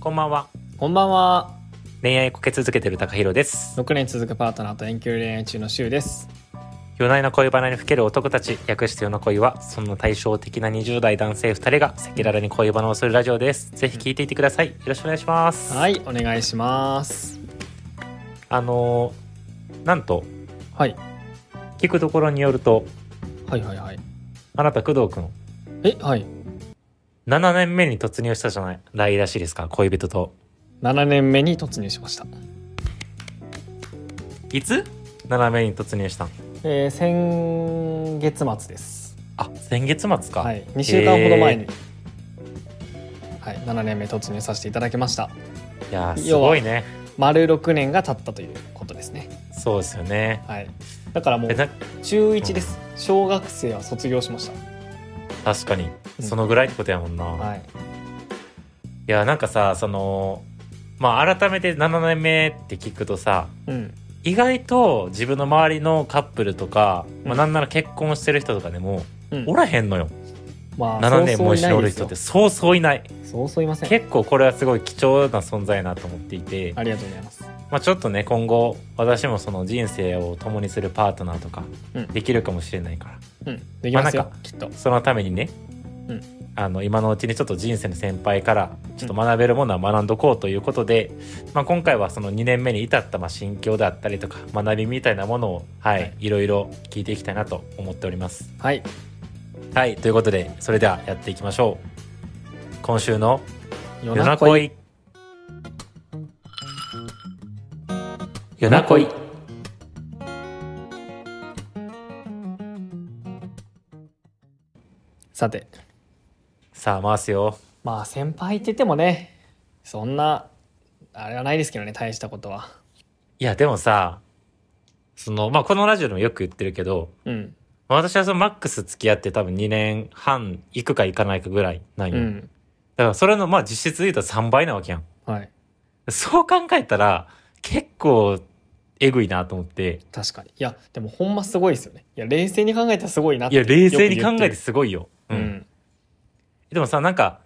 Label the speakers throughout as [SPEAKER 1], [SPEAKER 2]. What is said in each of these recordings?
[SPEAKER 1] こんばんは。
[SPEAKER 2] こんばんは。
[SPEAKER 1] 恋愛こけ続けてる高弘です。
[SPEAKER 2] 6年続くパートナーと遠距離恋愛中の週です。
[SPEAKER 1] 夜な夜な恋バナにふける男たち、略して夜の恋は、そんな対照的な20代男性2人が赤裸々に恋バナをするラジオです。ぜひ聞いていてください。よろしくお願いします。
[SPEAKER 2] はい、お願いします。
[SPEAKER 1] あのーなんと、
[SPEAKER 2] はい、
[SPEAKER 1] 聞くところによると、
[SPEAKER 2] はいはいはい。
[SPEAKER 1] あなた工藤くん、
[SPEAKER 2] え、はい。
[SPEAKER 1] 7年目に突入したじゃない、ないらしいですか、恋人と。
[SPEAKER 2] 7年目に突入しました。
[SPEAKER 1] いつ ?7 年目に突入したん
[SPEAKER 2] えー、先月末です。
[SPEAKER 1] あ、先月末か。
[SPEAKER 2] はい、2週間ほど前に。はい、7年目突入させていただきました。
[SPEAKER 1] いやー、す
[SPEAKER 2] 要は
[SPEAKER 1] ごいね。
[SPEAKER 2] 丸6年が経ったということですね。
[SPEAKER 1] そうですよね。
[SPEAKER 2] はい。だからも
[SPEAKER 1] え
[SPEAKER 2] う
[SPEAKER 1] な
[SPEAKER 2] 中1です。小学生は卒業しまし
[SPEAKER 1] 確かに
[SPEAKER 2] うん
[SPEAKER 1] そのぐらいってことやもんな、
[SPEAKER 2] た。
[SPEAKER 1] い、
[SPEAKER 2] はい。
[SPEAKER 1] やなんかさそのまあ改めて7年目って聞くとさ
[SPEAKER 2] うん。
[SPEAKER 1] 意外と自分の周りのカップルとか、まあ、
[SPEAKER 2] うん
[SPEAKER 1] なんなら結婚してる人とかでも、
[SPEAKER 2] うん
[SPEAKER 1] おらへんのよ
[SPEAKER 2] まあ
[SPEAKER 1] 7年も一緒におる
[SPEAKER 2] そ
[SPEAKER 1] 人
[SPEAKER 2] う
[SPEAKER 1] っ
[SPEAKER 2] そういないで
[SPEAKER 1] て
[SPEAKER 2] す
[SPEAKER 1] そうそういない
[SPEAKER 2] よそうそういません。
[SPEAKER 1] 結構これはすごい貴重な存在やなと思っていて、
[SPEAKER 2] ありがとうございます。
[SPEAKER 1] まあ、ちょっとね今後私もその人生を共にするパートナーとか
[SPEAKER 2] うん
[SPEAKER 1] できるかもしれないから、
[SPEAKER 2] うん、できますよ、
[SPEAKER 1] まあなん
[SPEAKER 2] きっと。
[SPEAKER 1] そのためにね、
[SPEAKER 2] うん
[SPEAKER 1] あの今のうちにちょっと人生の先輩からちょっと学べるものは学んどこうということで、まあ、今回はその2年目に至ったまあ心境であったりとか学びみたいなものを、はい
[SPEAKER 2] はい
[SPEAKER 1] い、ろいろ聞いていきたいなと思っております。
[SPEAKER 2] はい、
[SPEAKER 1] はいということでそれではやっていきましょう。今週の
[SPEAKER 2] 夜
[SPEAKER 1] 夜な恋夜な恋
[SPEAKER 2] さて、
[SPEAKER 1] さあ回すよ。
[SPEAKER 2] まあ先輩って言ってもね、そんな、あれはないですけどね、大したことは。
[SPEAKER 1] いやでもさそのまあこのラジオでもよく言ってるけど
[SPEAKER 2] うん、
[SPEAKER 1] 私はそのマックス付き合って多分2年半行くか行かないかぐらいなん
[SPEAKER 2] う
[SPEAKER 1] よ。だ
[SPEAKER 2] ん、
[SPEAKER 1] からそれのまあ実質で言うと3倍なわけやん。
[SPEAKER 2] はい、
[SPEAKER 1] そう考えたら結構えぐいなと思って。
[SPEAKER 2] 確かに。いや、でもほんますごいですよね。いや、冷静に考えたらすごいなっ
[SPEAKER 1] い
[SPEAKER 2] て。
[SPEAKER 1] や冷静に考えて
[SPEAKER 2] よ
[SPEAKER 1] すごいよ。
[SPEAKER 2] く言ってる
[SPEAKER 1] でもさなんか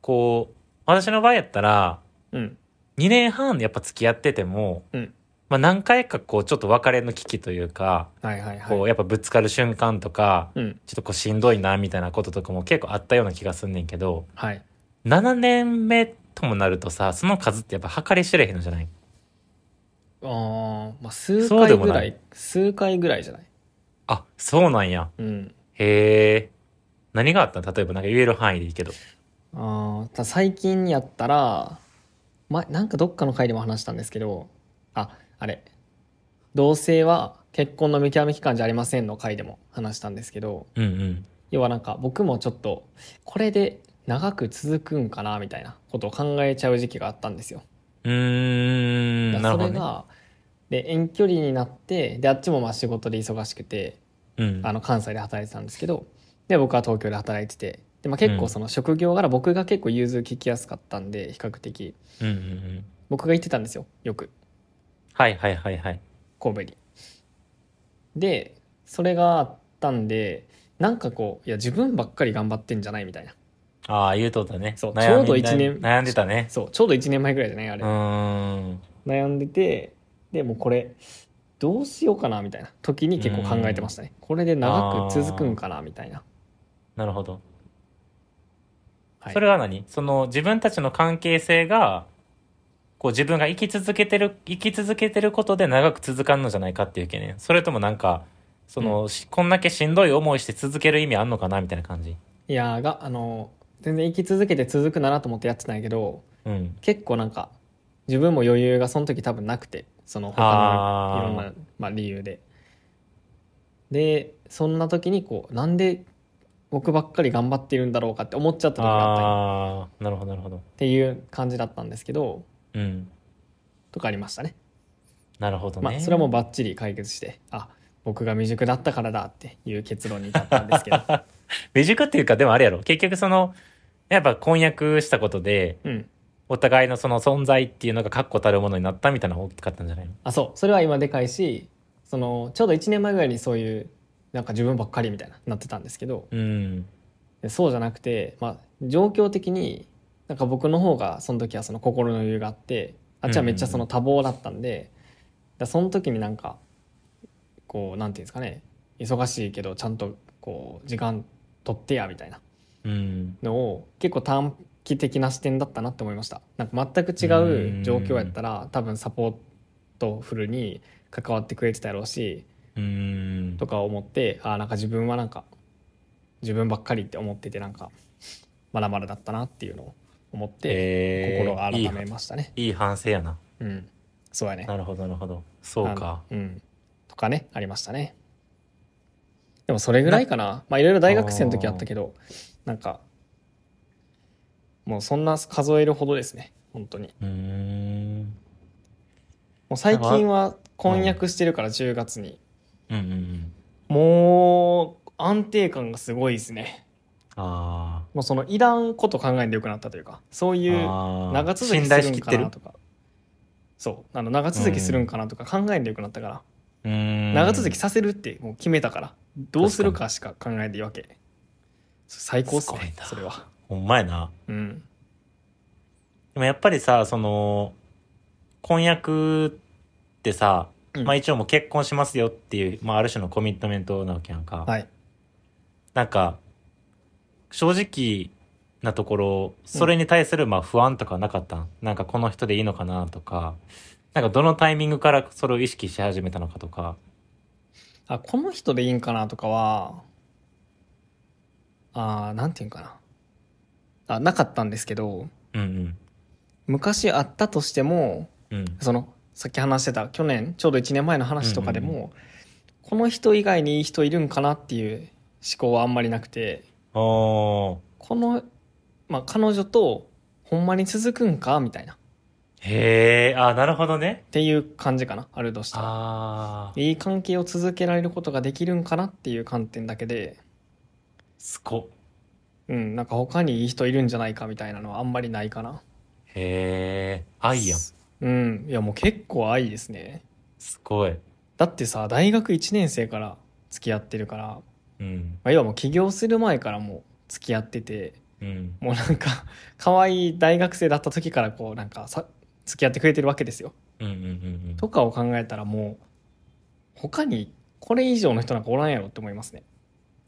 [SPEAKER 1] こう私の場合やったら
[SPEAKER 2] うん、うん、
[SPEAKER 1] 2年半やっぱ付き合ってても、
[SPEAKER 2] うん
[SPEAKER 1] まあ何回かこうちょっと別れの危機というか、
[SPEAKER 2] はいはい
[SPEAKER 1] こ
[SPEAKER 2] は
[SPEAKER 1] う
[SPEAKER 2] い。
[SPEAKER 1] やっぱぶつかる瞬間とか
[SPEAKER 2] うん、
[SPEAKER 1] ちょっとこうしんどいなみたいなこととかも結構あったような気がすんねんけど。
[SPEAKER 2] はい。
[SPEAKER 1] 7年目ともなるとさその数ってやっぱ計り知れへんのじゃない
[SPEAKER 2] あーまあ、数
[SPEAKER 1] そうで
[SPEAKER 2] 回
[SPEAKER 1] も
[SPEAKER 2] ぐ
[SPEAKER 1] な
[SPEAKER 2] ら
[SPEAKER 1] い
[SPEAKER 2] い、数回ぐらいじゃない。
[SPEAKER 1] あそうなんや
[SPEAKER 2] うん。
[SPEAKER 1] へえ何があったの例えばなんか言える範囲でいいけど
[SPEAKER 2] ああ、ただ最近やったら、ま、なんかどっかの回でも話したんですけど、あ、あれ、同性は結婚の見極め期間じゃありませんの回でも話したんですけど、
[SPEAKER 1] うんうん
[SPEAKER 2] 要はなんか僕もちょっと、これで長く続くんかな、みたいなことを考えちゃう時期があったんですよ。
[SPEAKER 1] うーんな
[SPEAKER 2] だ
[SPEAKER 1] る
[SPEAKER 2] か
[SPEAKER 1] ほ
[SPEAKER 2] ら
[SPEAKER 1] ど
[SPEAKER 2] それ
[SPEAKER 1] ね
[SPEAKER 2] が、で、遠距離になって、で、あっちもまあ仕事で忙しくて、
[SPEAKER 1] うん
[SPEAKER 2] あの関西で働いてたんですけどで僕は東京で働いててで、まあ、結構その職業柄僕が結構融通聞きやすかったんで比較的
[SPEAKER 1] うんうんうん
[SPEAKER 2] 僕が行ってたんですよよく
[SPEAKER 1] はいはいはいはい
[SPEAKER 2] 神戸に。でそれがあったんでなんかこういや自分ばっかり頑張ってんじゃないみたいな
[SPEAKER 1] ああ言うとったね
[SPEAKER 2] そう
[SPEAKER 1] 悩み
[SPEAKER 2] ちょうど一年
[SPEAKER 1] 悩んでたね
[SPEAKER 2] そうちょうど1年前ぐらいじゃないあ
[SPEAKER 1] う
[SPEAKER 2] れ、
[SPEAKER 1] ーん
[SPEAKER 2] 悩んでてでもうこれどうしようかなみたいな時に結構考えてましたねこれで長く続くんかなみたいな、
[SPEAKER 1] なるほど、
[SPEAKER 2] はい、
[SPEAKER 1] それは何その自分たちの関係性がこう自分が生き続けてる生き続けてることで長く続かんのじゃないかっていう懸念それともなんかその、しこんだけしんどい思いして続ける意味あんのかなみたいな感じ
[SPEAKER 2] いやーがあの全然生き続けて続くならと思ってやってたんやけど
[SPEAKER 1] うん
[SPEAKER 2] 結構なんか自分も余裕がその時多分なくてその
[SPEAKER 1] あー
[SPEAKER 2] 他のいろんなまあ、理由ででそんな時にこうなんで僕ばっかり頑張ってるんだろうかって思っちゃった時があったんよ
[SPEAKER 1] ああなるほどなるほど
[SPEAKER 2] っていう感じだったんですけど
[SPEAKER 1] うん
[SPEAKER 2] とかありましたね
[SPEAKER 1] なるほどね、
[SPEAKER 2] まあそれはもうバッチリ解決してあ僕が未熟だったからだっていう結論に至ったんですけど
[SPEAKER 1] 未熟っていうかでもあれやろ結局そのやっぱ婚約したことで
[SPEAKER 2] うん
[SPEAKER 1] お互いのその存在っていうのが確固たるものになったみたいなのが大きかったんじゃないの
[SPEAKER 2] あそうそれは今でかいしそのちょうど1年前ぐらいにそういうなんか自分ばっかりみたいななってたんですけど
[SPEAKER 1] うん
[SPEAKER 2] でそうじゃなくて、まあ、状況的になんか僕の方がその時はその心の余裕があってあっちはめっちゃその多忙だったんで、だからその時になんかこうなんていうんですかね忙しいけどちゃんとこう時間取ってやみたいな
[SPEAKER 1] うん。
[SPEAKER 2] のを結構短期的な視点だったなって思いましたなんか全く違う状況やったら多分サポートフルに関わってくれてたやろうし
[SPEAKER 1] うん。
[SPEAKER 2] とか思ってあーなんか自分はなんか自分ばっかりって思っててなんかまだまだだったなっていうのを思って
[SPEAKER 1] えー
[SPEAKER 2] 心を
[SPEAKER 1] い
[SPEAKER 2] 改
[SPEAKER 1] い
[SPEAKER 2] めましたね、
[SPEAKER 1] いい反省やな。
[SPEAKER 2] うんそうやね
[SPEAKER 1] なるほど、なるほど。そうか。
[SPEAKER 2] あのうんとかねありましたねでもそれぐらいかなまあいろいろ大学生の時あったけどなんかもうそんな数えるほどですね本当に
[SPEAKER 1] うーん。
[SPEAKER 2] もう最近は婚約してるから10月に、
[SPEAKER 1] うんうんうん。
[SPEAKER 2] もう安定感がすごいですね
[SPEAKER 1] あ
[SPEAKER 2] もうそのいらんこと考えんでよくなったというかそう
[SPEAKER 1] ー
[SPEAKER 2] いう
[SPEAKER 1] あー。
[SPEAKER 2] 長続き
[SPEAKER 1] 信
[SPEAKER 2] す
[SPEAKER 1] 頼
[SPEAKER 2] る
[SPEAKER 1] し
[SPEAKER 2] ん
[SPEAKER 1] きっ
[SPEAKER 2] か
[SPEAKER 1] てる
[SPEAKER 2] な。とかそうあの長続きするんかなとか考えんでよくなったから、
[SPEAKER 1] うーん
[SPEAKER 2] 長続きさせるってもう決めたからどうするかしか考えていいわけ最高っす
[SPEAKER 1] すごい
[SPEAKER 2] ね
[SPEAKER 1] な
[SPEAKER 2] それは
[SPEAKER 1] ほんまやな。
[SPEAKER 2] うん
[SPEAKER 1] でもやっぱりさ、その、婚約ってさ、
[SPEAKER 2] うん
[SPEAKER 1] まあ一応もう結婚しますよっていう、まあある種のコミットメントなわけやんか。
[SPEAKER 2] はい
[SPEAKER 1] なんか、正直なところ、それに対するまあ不安とかなかったん、なんかこの人でいいのかなとか、なんかどのタイミングからそれを意識し始めたのかとか。
[SPEAKER 2] あこの人でいいんかなとかはあーなんていうんかなあなかったんですけど
[SPEAKER 1] うん
[SPEAKER 2] 昔あったとしても
[SPEAKER 1] うん。うん。
[SPEAKER 2] そのさっき話してた去年ちょうど1年前の話とかでも、この人以外にいい人いるんかなっていう思考はあんまりなくて
[SPEAKER 1] おー。
[SPEAKER 2] この、まあ、彼女とほんまに続くんかみたいなっ
[SPEAKER 1] へえ、あ、なるほどね。
[SPEAKER 2] ていう感じかなあるとしたら
[SPEAKER 1] あー。
[SPEAKER 2] いい関係を続けられることができるんかなっていう観点だけです
[SPEAKER 1] ごっ。
[SPEAKER 2] うんなんか他にいい人いるんじゃないかみたいなのはあんまりないかな
[SPEAKER 1] へえ、愛やん。
[SPEAKER 2] うんいやもう結構愛ですね
[SPEAKER 1] すごい。
[SPEAKER 2] だってさ大学1年生から付き合ってるから
[SPEAKER 1] うん。
[SPEAKER 2] まあ、要はもう起業する前からもう付き合ってて
[SPEAKER 1] うん。
[SPEAKER 2] もうなんか 可愛い大学生だった時からこうなんかさ付き合ってくれてるわけですよ。
[SPEAKER 1] うんうんうん
[SPEAKER 2] とかを考えたらもう他にこれ以上の人なんかおらんやろって思いますね。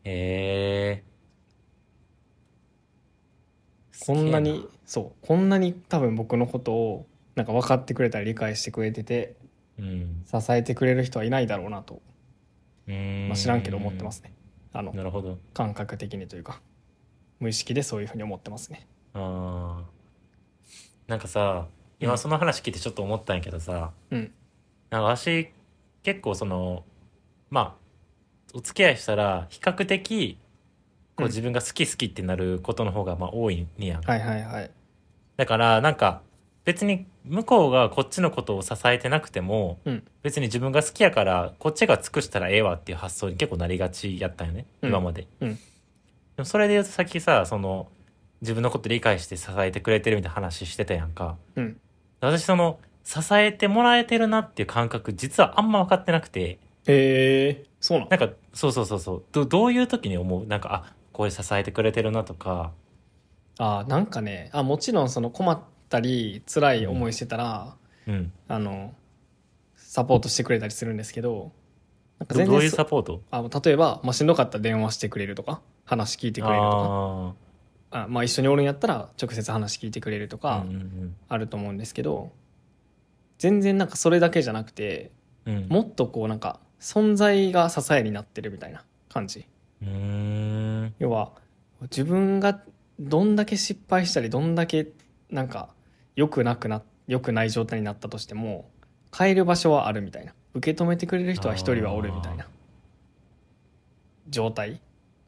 [SPEAKER 1] うん。へえ。
[SPEAKER 2] こんなにそうこんなに多分僕のことをなんか分かってくれたり理解してくれてて
[SPEAKER 1] すげえな。うん。
[SPEAKER 2] 支えてくれる人はいないだろうなと、
[SPEAKER 1] うーん
[SPEAKER 2] まあ、知らんけど思ってま。すね。あの
[SPEAKER 1] なるほど。
[SPEAKER 2] 感覚的にというか無意識でそういうふうに思ってますね。
[SPEAKER 1] あーなんかさ今その話聞いてちょっと思ったんやけどさ、
[SPEAKER 2] うん
[SPEAKER 1] なんか私結構そのまあお付き合いしたら比較的こう
[SPEAKER 2] う
[SPEAKER 1] ん自分が好き好きってなることの方がまあ多いんやん、
[SPEAKER 2] はいはいはい。
[SPEAKER 1] だからなんか別に向こうがこっちのことを支えてなくても、
[SPEAKER 2] うん
[SPEAKER 1] 別に自分が好きやからこっちが尽くしたらええわっていう発想に結構なりがちやったんよね、
[SPEAKER 2] うん
[SPEAKER 1] 今まで、
[SPEAKER 2] うん
[SPEAKER 1] でもそれで言うとさっきさその自分のこと理解して支えてくれてるみたいな話してたやんか
[SPEAKER 2] うん。
[SPEAKER 1] 私その支えてもらえてるなっていう感覚実はあんま分かってなくて
[SPEAKER 2] へえそうなん
[SPEAKER 1] なんかそうそうそうそうどどういう時に思うなんかあこれ支えてくれてるなとか
[SPEAKER 2] あなんかねあもちろんその困ったり辛い思いしてたら、
[SPEAKER 1] うん
[SPEAKER 2] あのサポートしてくれたりするんですけどなんか
[SPEAKER 1] どどういう
[SPEAKER 2] そ
[SPEAKER 1] サポート
[SPEAKER 2] あもう例えば、まあ、しんどかったら電話してくれるとか話聞いてくれるとか
[SPEAKER 1] あ
[SPEAKER 2] あまあ、一緒におるんやったら直接話聞いてくれると
[SPEAKER 1] あ
[SPEAKER 2] か
[SPEAKER 1] うんうん
[SPEAKER 2] あると思うんですけど、全然なんかそれだけじゃなくて
[SPEAKER 1] うんうん
[SPEAKER 2] もっとこうなんか存在が支えになってるみたいな感じ。
[SPEAKER 1] うーん
[SPEAKER 2] 要は自分がどんだけ失敗したりどんだけなんか良くなくな良くない状態になったとしても変える場所はあるみたいな受け止めてくれる人は一人はおるみたいな状態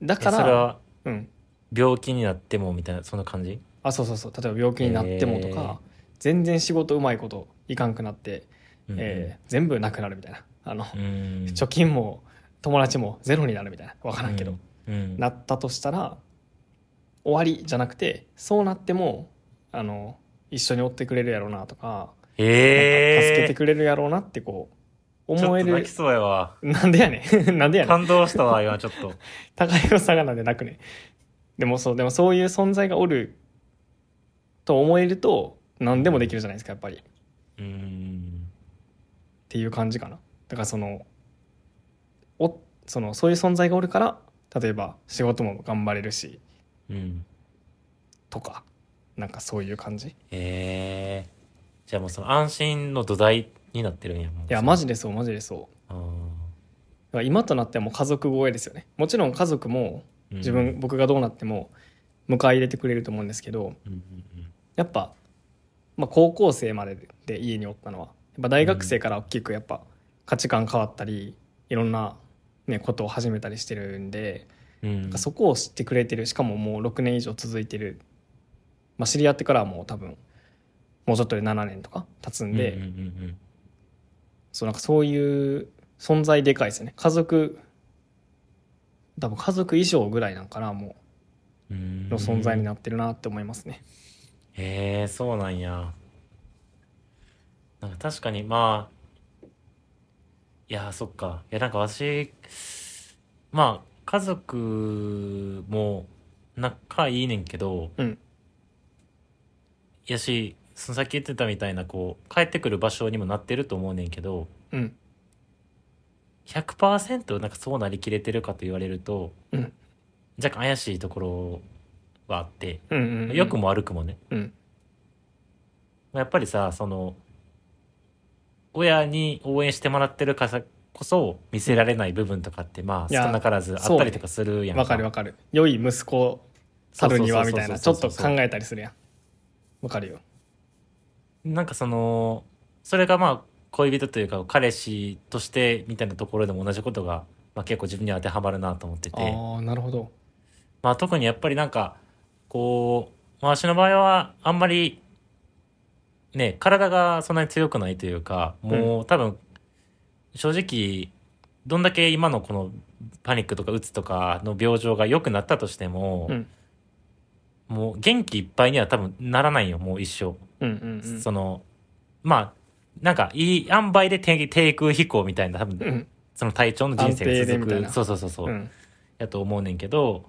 [SPEAKER 2] だ
[SPEAKER 1] えそ
[SPEAKER 2] か
[SPEAKER 1] れ
[SPEAKER 2] ら
[SPEAKER 1] は
[SPEAKER 2] うん
[SPEAKER 1] 病気になってもみたいなそんな感じ
[SPEAKER 2] あそうそうそう例えば病気になってもとか、全然仕事うまいこといかんくなって、えー全部なくなるみたいなあの、
[SPEAKER 1] うん
[SPEAKER 2] 貯金も友達もゼロになるみたいな分からんけど、
[SPEAKER 1] うんうん
[SPEAKER 2] なったとしたら終わりじゃなくてそうなってもあの一緒に追ってくれるやろうなとか,、
[SPEAKER 1] へえ
[SPEAKER 2] 助けてくれるやろうなってこう思え
[SPEAKER 1] ちょっと
[SPEAKER 2] る
[SPEAKER 1] 泣きそうやわ
[SPEAKER 2] なんでやねん なんでやねん
[SPEAKER 1] 感動したわ今ちょっ と
[SPEAKER 2] 高い良さがなんでなくねでもそうでもそういう存在がおると思えると何でもできるじゃないですかやっぱりっ
[SPEAKER 1] うーん
[SPEAKER 2] ていう感じかなだからそのおそのそういう存在がおるから例えば仕事も頑張れるし
[SPEAKER 1] うん
[SPEAKER 2] とかなんかそういう感じい
[SPEAKER 1] えー、じゃあもうその安心の土台になってるんやもう
[SPEAKER 2] やマジでそうマジでそう
[SPEAKER 1] あー
[SPEAKER 2] だから今となってはもう家族超えですよねもちろん家族も
[SPEAKER 1] うん
[SPEAKER 2] 自分、僕がどうなっても迎え入れてくれると思うんですけど
[SPEAKER 1] うんうん
[SPEAKER 2] やっぱ、まあ、高校生までで家におったのはやっぱ大学生から大きくやっぱ価値観変わったりいろんな、ね、ことを始めたりしてるんで
[SPEAKER 1] うんうん
[SPEAKER 2] なんかそこを知ってくれてるしかももう6年以上続いてる、まあ、知り合ってからはもう多分もうちょっとで7年とか経つんで、
[SPEAKER 1] うんうんうん
[SPEAKER 2] そうなんかそういう存在でかいですよね家族多分家族以上ぐらいなんかなも
[SPEAKER 1] うんう
[SPEAKER 2] うんの存在になってるなって思いますね、
[SPEAKER 1] へえそうなんやなんか確かにまあいやーそっかいやなんか私まあ家族も仲いいねんけど、
[SPEAKER 2] うん
[SPEAKER 1] やしそのさっき言ってたみたいなこう帰ってくる場所にもなってると思うねんけど
[SPEAKER 2] うん
[SPEAKER 1] 100%なんかそうなりきれてるかと言われると、
[SPEAKER 2] うん
[SPEAKER 1] 若干怪しいところはあって
[SPEAKER 2] うんうんうん
[SPEAKER 1] 良くも悪くもね
[SPEAKER 2] うん
[SPEAKER 1] やっぱりさその親に応援してもらってるからこそ見せられない部分とかってまあ
[SPEAKER 2] いや
[SPEAKER 1] 少なからずあったりとかするやん
[SPEAKER 2] わかるわかる良い息子たるにはみたいなちょっと考
[SPEAKER 1] え
[SPEAKER 2] えたりするやんわかるよ
[SPEAKER 1] なんかそのそれがまあ恋人というか彼氏としてみたいなところでも同じことが、まあ、結構自分には当てはまるなと思ってて
[SPEAKER 2] ああなるほど
[SPEAKER 1] まあ、特にやっぱりなんかこう、まあ、私の場合はあんまりね体がそんなに強くないというかもう多分正直どんだけ今のこのパニックとかうつとかの病状が良くなったとしても、
[SPEAKER 2] うん
[SPEAKER 1] もう元気いっぱいには多分ならないよもう一生。
[SPEAKER 2] うんうんうん
[SPEAKER 1] そのまあなんかいい塩梅で低低空飛行みたいな多
[SPEAKER 2] う
[SPEAKER 1] 分
[SPEAKER 2] ん
[SPEAKER 1] その体調の人生が
[SPEAKER 2] 安定でみたい
[SPEAKER 1] 続
[SPEAKER 2] な
[SPEAKER 1] くそうそうそうそう、
[SPEAKER 2] うん
[SPEAKER 1] やと思うねんけど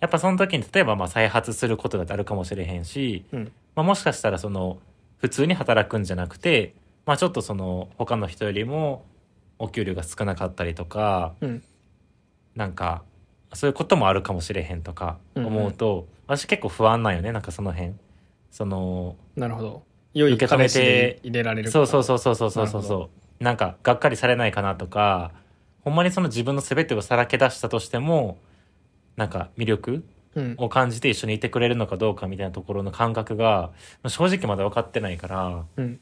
[SPEAKER 1] やっぱその時に例えばまあ再発することだってあるかもしれへんし、
[SPEAKER 2] うん
[SPEAKER 1] まあ、もしかしたらその普通に働くんじゃなくて、まあ、ちょっとその他の人よりもお給料が少なかったりとか
[SPEAKER 2] うん
[SPEAKER 1] なんかそういうこともあるかもしれへんとか
[SPEAKER 2] うんうん
[SPEAKER 1] 思うと、私結構不安なんよねなんかその辺その
[SPEAKER 2] なるほど良い
[SPEAKER 1] 受け止め
[SPEAKER 2] 彼氏
[SPEAKER 1] て
[SPEAKER 2] に入れられる
[SPEAKER 1] そうそう
[SPEAKER 2] う
[SPEAKER 1] そうそうそうそうそう
[SPEAKER 2] なる
[SPEAKER 1] そうなんかがっかりされないかなとかほんまにその自分の全てをさらけ出したとしてもなんか魅力
[SPEAKER 2] うん
[SPEAKER 1] を感じて一緒にいてくれるのかどうかみたいなところの感覚が正直まだ分かってないから、
[SPEAKER 2] うん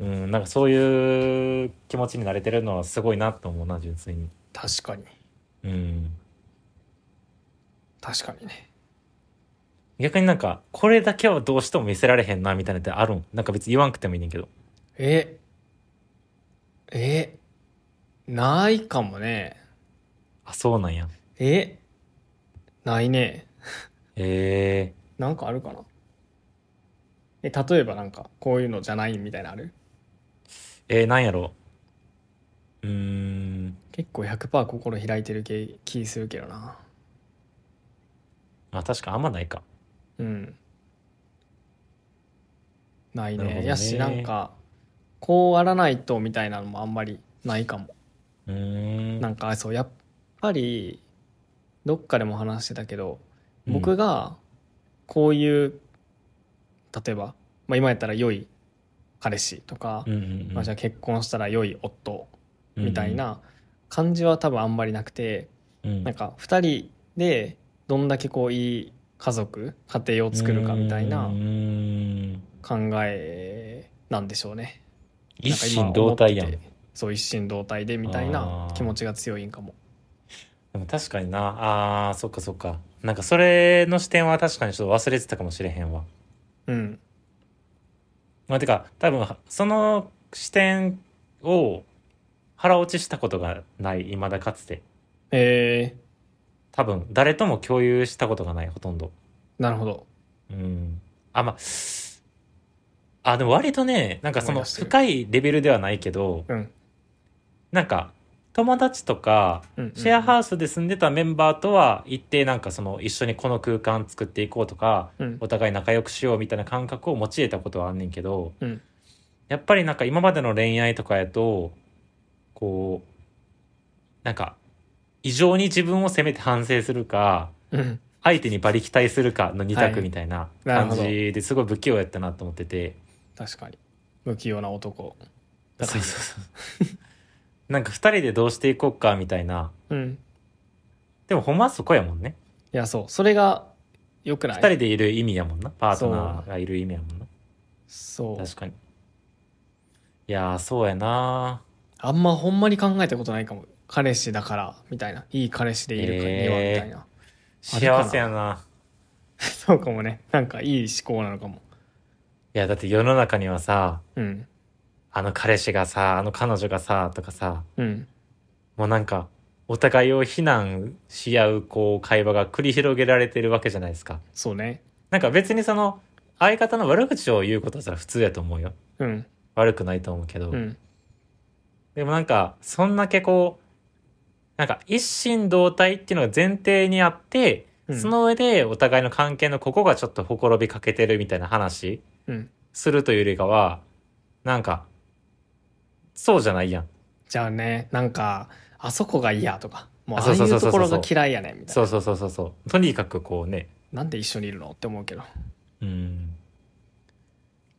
[SPEAKER 1] うん、なんかそういう気持ちに慣れてるのはすごいなと思うな純粋に。
[SPEAKER 2] 確かに
[SPEAKER 1] うん、
[SPEAKER 2] 確かにね
[SPEAKER 1] 逆になんかこれだけはどうしても見せられへんなみたいなのってあるんなんか別に言わんくてもいいねんけど。
[SPEAKER 2] ええないかもね
[SPEAKER 1] あそうなんや。
[SPEAKER 2] えないね
[SPEAKER 1] え
[SPEAKER 2] なんかあるかなえ例えばなんかこういうのじゃないみたいなのある
[SPEAKER 1] ー、えー、なんやろう。うーん
[SPEAKER 2] 結構100%心開いてる気気するけどな
[SPEAKER 1] まあ確かあんまないか。
[SPEAKER 2] うんない
[SPEAKER 1] な
[SPEAKER 2] ね
[SPEAKER 1] るほどね
[SPEAKER 2] やしなんかこうあらないとみたいなのもあんまりないかも
[SPEAKER 1] うーん。
[SPEAKER 2] なんかそうやっぱりどっかでも話してたけど
[SPEAKER 1] うん
[SPEAKER 2] 僕がこういう、例えば、まあ、今やったら良い彼氏とか、
[SPEAKER 1] うんうんうん
[SPEAKER 2] まあ、じゃあ結婚したら良い夫みたい、な感じは多分あんまりなくて、
[SPEAKER 1] うんうん
[SPEAKER 2] なんか2人でどんだけこういい家族家庭を作るかみたいうな
[SPEAKER 1] ーん
[SPEAKER 2] 考えなんでしょうね。
[SPEAKER 1] 一心同体や
[SPEAKER 2] なんか今思っててそう一心同体でみたいな気持ちが強いんかも。
[SPEAKER 1] でも確かになあーそっかそっかなんかそれの視点は確かにちょっと忘れてたかもしれへんわ
[SPEAKER 2] うん
[SPEAKER 1] まあてか多分その視点を腹落ちしたことがない未だかつて
[SPEAKER 2] え
[SPEAKER 1] 多分誰とも共有したことがないほとんど
[SPEAKER 2] ー、なるほど。
[SPEAKER 1] うんあまああでも割とねなんかそ
[SPEAKER 2] 思い
[SPEAKER 1] の
[SPEAKER 2] 出してる
[SPEAKER 1] 深いレベルではないけど
[SPEAKER 2] うん
[SPEAKER 1] なんか友達とか
[SPEAKER 2] うんうん
[SPEAKER 1] シェアハウスで住んでたメンバーとは一定なんかその一緒にこの空間作っていこうとか
[SPEAKER 2] うん
[SPEAKER 1] お互い仲良くしようみたいな感覚を持ち得たことはあんねんけど
[SPEAKER 2] うん
[SPEAKER 1] やっぱりなんか今までの恋愛とかやとこうなんか異常に自分を責めて反省するか
[SPEAKER 2] うん
[SPEAKER 1] 相手に馬力対するかの二
[SPEAKER 2] は
[SPEAKER 1] 択
[SPEAKER 2] い
[SPEAKER 1] みたいな
[SPEAKER 2] なる
[SPEAKER 1] 感
[SPEAKER 2] ほど
[SPEAKER 1] じですごい不器用やったなと思ってて。
[SPEAKER 2] 確かに不器用な男だ
[SPEAKER 1] そうそうそう。 なんか二人でどうしていこうかみたいな。
[SPEAKER 2] うん
[SPEAKER 1] でもほんまはそこやもんね。
[SPEAKER 2] いやそうそれがよくない
[SPEAKER 1] 二人でいる意味やもんな。パートナーがいる意味やもんな。
[SPEAKER 2] そう
[SPEAKER 1] 確かに。いやー、そうやな
[SPEAKER 2] あんまほんまに考えたことないかも彼氏だからみたいないい彼氏でいるかには
[SPEAKER 1] えー
[SPEAKER 2] みたいな、 あれかな
[SPEAKER 1] 幸せやな。
[SPEAKER 2] そうかもねなんかいい思考なのかも
[SPEAKER 1] いや、だって世の中にはさ、
[SPEAKER 2] うん
[SPEAKER 1] あの彼氏がさ、あの彼女がさ、とかさ、
[SPEAKER 2] うん
[SPEAKER 1] もうなんか、お互いを非難し合う、こう、会話が繰り広げられてるわけじゃないですか。
[SPEAKER 2] そうね
[SPEAKER 1] なんか別にその、相方の悪口を言うことはさ、普通やと思うよ。
[SPEAKER 2] うん
[SPEAKER 1] 悪くないと思うけど。
[SPEAKER 2] うん
[SPEAKER 1] でもなんか、そんだけこう、なんか一心同体っていうのが前提にあって、
[SPEAKER 2] うん
[SPEAKER 1] その上でお互いの関係のここがちょっとほころびかけてるみたいな話
[SPEAKER 2] うん
[SPEAKER 1] するというよりかは、なんか、そうじゃないやん。
[SPEAKER 2] じゃあねなんかあそこが嫌とかもう
[SPEAKER 1] あ
[SPEAKER 2] あ
[SPEAKER 1] そ
[SPEAKER 2] あ
[SPEAKER 1] う
[SPEAKER 2] い
[SPEAKER 1] そうそう
[SPEAKER 2] う
[SPEAKER 1] そう
[SPEAKER 2] と
[SPEAKER 1] そ
[SPEAKER 2] こ
[SPEAKER 1] う
[SPEAKER 2] ろが嫌いやねんみたい
[SPEAKER 1] そ
[SPEAKER 2] な
[SPEAKER 1] うそうそうそうそう。とにかくこうね、
[SPEAKER 2] なんで一緒にいるのって思うけど
[SPEAKER 1] うん。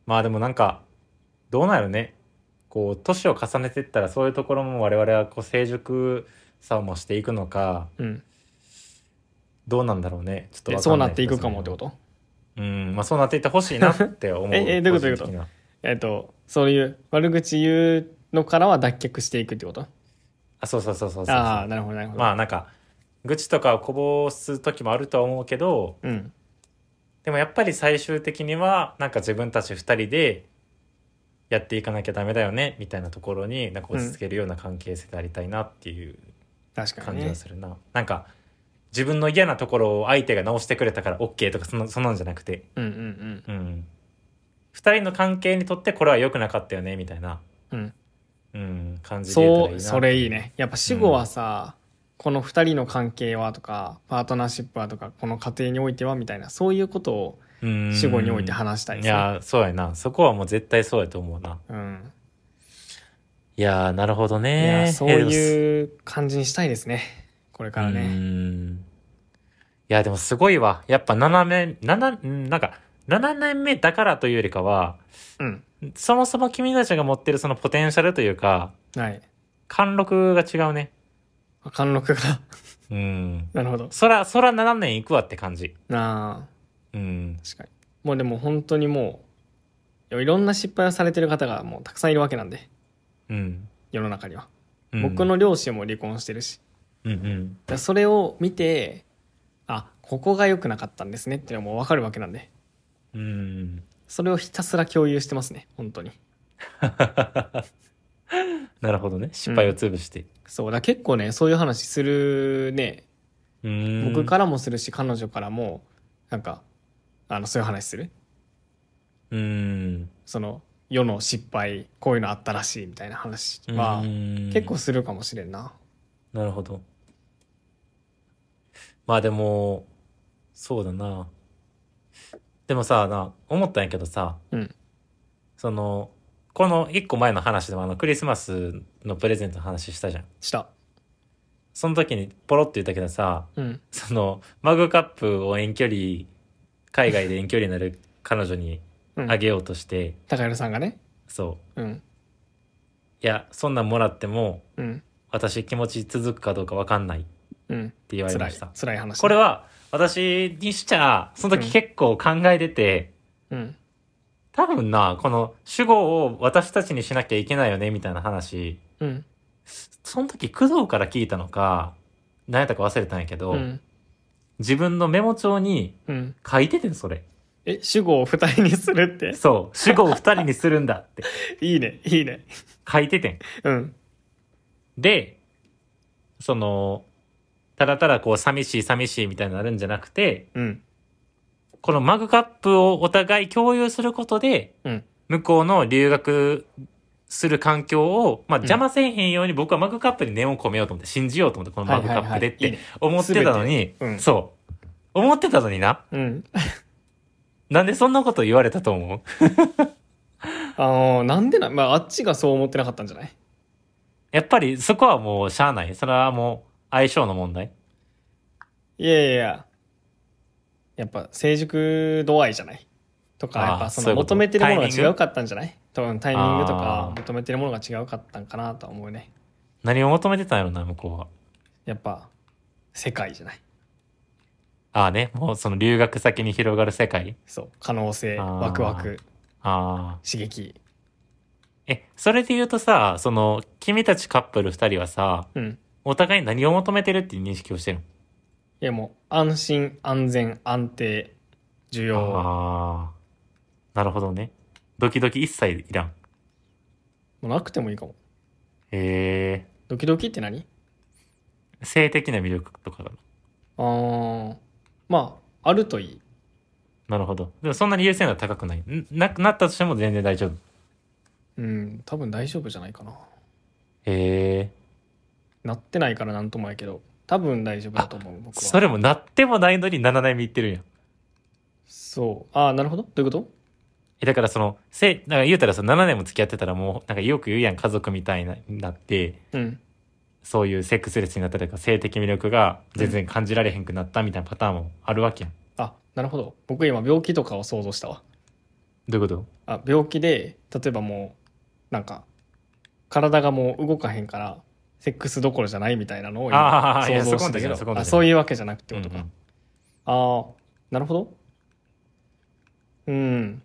[SPEAKER 1] まあでもなんか、どうなるね。こう、年を重ねてったらそういうところも我々はこう成熟さを増していくのか、
[SPEAKER 2] うん
[SPEAKER 1] どうなんだろうね。ちょっと
[SPEAKER 2] で
[SPEAKER 1] わ
[SPEAKER 2] そ
[SPEAKER 1] か
[SPEAKER 2] うん
[SPEAKER 1] な
[SPEAKER 2] ないっていくかも
[SPEAKER 1] そ
[SPEAKER 2] って
[SPEAKER 1] れ
[SPEAKER 2] こ
[SPEAKER 1] は
[SPEAKER 2] と
[SPEAKER 1] うん、まあそうなっていってほしいなって思う。
[SPEAKER 2] ええどういうことどういうこと
[SPEAKER 1] 個人的には
[SPEAKER 2] えっ、とそういう悪口言うのからは脱却していくってこと
[SPEAKER 1] あ、そうそうそうそうそう。
[SPEAKER 2] ああなるほどなるほど、
[SPEAKER 1] まあなんか、愚痴とかをこぼす時もあるとは思うけど、
[SPEAKER 2] うん
[SPEAKER 1] でもやっぱり最終的には、なんか自分たち二人でやっていかなきゃダメだよね、みたいなところに、なんか落ち着けるような関係性でありたいなっていう
[SPEAKER 2] 確か
[SPEAKER 1] 感
[SPEAKER 2] に
[SPEAKER 1] じ
[SPEAKER 2] ね
[SPEAKER 1] がするな。なんか、自分の嫌なところを相手が直してくれたから OK とかその、そんなんじゃなくて、
[SPEAKER 2] うんうん
[SPEAKER 1] うん。二人の関係にとってこれは良くなかったよね、みたいな。
[SPEAKER 2] うんうん
[SPEAKER 1] うん、感じで言えた
[SPEAKER 2] そ
[SPEAKER 1] らいういな
[SPEAKER 2] それいいねやっぱ死後はさ、この2人の関係はとかパートナーシップはとかこの家庭においてはみたいなそういうことを
[SPEAKER 1] うん
[SPEAKER 2] 死後において話したいです
[SPEAKER 1] い
[SPEAKER 2] ね
[SPEAKER 1] やそうやなそこはもう絶対そうやと思うな
[SPEAKER 2] うん
[SPEAKER 1] いやーなるほど
[SPEAKER 2] い
[SPEAKER 1] ね
[SPEAKER 2] やそういう感じにしたいですねこれから
[SPEAKER 1] う
[SPEAKER 2] ね
[SPEAKER 1] んいやでもすごいわやっぱ7年7うんなんか7年目だからというよりかは
[SPEAKER 2] うん、
[SPEAKER 1] そもそも君たちが持ってるそのポテンシャルというか
[SPEAKER 2] はい
[SPEAKER 1] 貫禄が違うね
[SPEAKER 2] 貫禄が
[SPEAKER 1] うん
[SPEAKER 2] なるほど
[SPEAKER 1] そらそら7年いくわって感じ
[SPEAKER 2] なあ
[SPEAKER 1] うん
[SPEAKER 2] 確かにもうでも本当にもういやいろんな失敗をされてる方がもうたくさんいるわけなんで
[SPEAKER 1] うん、
[SPEAKER 2] 世の中には、
[SPEAKER 1] うん、
[SPEAKER 2] 僕の両親も離婚してるし
[SPEAKER 1] うんうん
[SPEAKER 2] だからそれを見てあここが良くなかったんですねっていうのはもう分かるわけなんで
[SPEAKER 1] うん
[SPEAKER 2] それをひたすら共有してますね本当に
[SPEAKER 1] なるほどね失敗を潰して、
[SPEAKER 2] そうだから結構ねそういう話するね
[SPEAKER 1] うん、
[SPEAKER 2] 僕からもするし彼女からもなんかあのそういう話する
[SPEAKER 1] うん
[SPEAKER 2] その世の失敗こういうのあったらしいみたいな話は
[SPEAKER 1] 結
[SPEAKER 2] 結構するかもしれんな
[SPEAKER 1] なるほどまあでもそうだなでもさな思ったんやけどさ
[SPEAKER 2] うん
[SPEAKER 1] そのこの一個前の話でもあのクリスマスのプレゼントの話したじゃん
[SPEAKER 2] した
[SPEAKER 1] その時にポロッと言ったけどさ
[SPEAKER 2] うん
[SPEAKER 1] そのマグカップを遠距離海外で遠距離になる彼女に
[SPEAKER 2] うん
[SPEAKER 1] あげようとして、
[SPEAKER 2] 高弘さんがね
[SPEAKER 1] そう
[SPEAKER 2] うん
[SPEAKER 1] いやそんなんもらっても
[SPEAKER 2] うん
[SPEAKER 1] 私気持ち続くかどうか分かんないって
[SPEAKER 2] うん
[SPEAKER 1] 言われ
[SPEAKER 2] 辛
[SPEAKER 1] ま
[SPEAKER 2] い
[SPEAKER 1] した
[SPEAKER 2] 辛い話
[SPEAKER 1] これは私にしちゃその時結構考えてて、
[SPEAKER 2] うん
[SPEAKER 1] 多分なこの主語を私たちにしなきゃいけないよねみたいな話
[SPEAKER 2] うん
[SPEAKER 1] その時工藤から聞いたのか何やったか忘れたんやけど、
[SPEAKER 2] うん
[SPEAKER 1] 自分のメモ帳に
[SPEAKER 2] うん
[SPEAKER 1] 書いててんそれ
[SPEAKER 2] え主語を二人にするって
[SPEAKER 1] そう主語を2人にするんだって
[SPEAKER 2] いいねいいね
[SPEAKER 1] 書いててん
[SPEAKER 2] うん
[SPEAKER 1] でそのただただこう寂しい寂しいみたいになるんじゃなくて
[SPEAKER 2] うん
[SPEAKER 1] このマグカップをお互い共有することで
[SPEAKER 2] うん
[SPEAKER 1] 向こうの留学する環境を、まあ、邪魔せえへんように僕はマグカップに念を込めようと思って、信じようと思って、このマグカップでっ
[SPEAKER 2] はいはいはいいい
[SPEAKER 1] て
[SPEAKER 2] ね
[SPEAKER 1] 思ってたの
[SPEAKER 2] 全
[SPEAKER 1] に
[SPEAKER 2] てう、ん
[SPEAKER 1] そう。思ってたのにな。
[SPEAKER 2] うん。
[SPEAKER 1] なんでそんなこと言われたと思う
[SPEAKER 2] あの、なんでな、まあ、あっちがそう思ってなかったんじゃない
[SPEAKER 1] やっぱりそこはもうしゃあない。それはもう相性の問題。
[SPEAKER 2] いやいやいや。やっぱ成熟度合いじゃないとか、
[SPEAKER 1] あー
[SPEAKER 2] やっぱそ
[SPEAKER 1] そうい
[SPEAKER 2] の
[SPEAKER 1] うこと
[SPEAKER 2] 求めてるもの
[SPEAKER 1] タ
[SPEAKER 2] が
[SPEAKER 1] イミング
[SPEAKER 2] 違うかったんじゃない多分タイミングとか
[SPEAKER 1] あー
[SPEAKER 2] 求めてるものが違うかったんかなとは思うね。
[SPEAKER 1] 何を求めてたんやろな、向こうは。
[SPEAKER 2] やっぱ、世界じゃない
[SPEAKER 1] ああね、もうその留学先に広がる世界。
[SPEAKER 2] そう。可能性、
[SPEAKER 1] あー
[SPEAKER 2] ワクワク、
[SPEAKER 1] ああ。
[SPEAKER 2] 刺激。
[SPEAKER 1] え、それで言うとさ、その、君たちカップル二人はさ、
[SPEAKER 2] うん。
[SPEAKER 1] お互いに何を求めてるっていう認識をしてるの
[SPEAKER 2] いやもう、安心、安全、安定、需要。
[SPEAKER 1] ああ。なるほどね。ドキドキ一切いらん。
[SPEAKER 2] もうなくてもいいかも。
[SPEAKER 1] へえ。
[SPEAKER 2] ドキドキって何
[SPEAKER 1] 性的な魅力とかだな。
[SPEAKER 2] あーまあ、あるといい。
[SPEAKER 1] なるほど。でもそんなに優先度は高くない。んな、なったとしても全然大丈夫。
[SPEAKER 2] うん、多分大丈夫じゃないかな。
[SPEAKER 1] へえ。
[SPEAKER 2] なってないからなんともやけど多分大丈夫だと思う僕は
[SPEAKER 1] それもなってもないのに7代目いってるんやん。
[SPEAKER 2] そうああなるほどどういうこと
[SPEAKER 1] え、だからその、せ、なんか言うたらその7年も付き合ってたらもう、なんかよく言うやん、家族みたいな、なって、
[SPEAKER 2] うん
[SPEAKER 1] そういうセックスレスになったりとか、性的魅力が全然感じられへんくなったみたいなパターンもあるわけやん。
[SPEAKER 2] あなるほど僕今病気とかを想像したわ
[SPEAKER 1] どういうこと
[SPEAKER 2] あ病気で例えばもうなんか体がもう動かへんからセックスどころじゃないみたいなのを
[SPEAKER 1] あ
[SPEAKER 2] 今
[SPEAKER 1] ーいや
[SPEAKER 2] 想像し
[SPEAKER 1] そこまで
[SPEAKER 2] たけど
[SPEAKER 1] じゃないそこまでじゃない
[SPEAKER 2] あそういうわけじゃなくて
[SPEAKER 1] う
[SPEAKER 2] こ
[SPEAKER 1] んう
[SPEAKER 2] とか、
[SPEAKER 1] ん
[SPEAKER 2] ああなるほどうん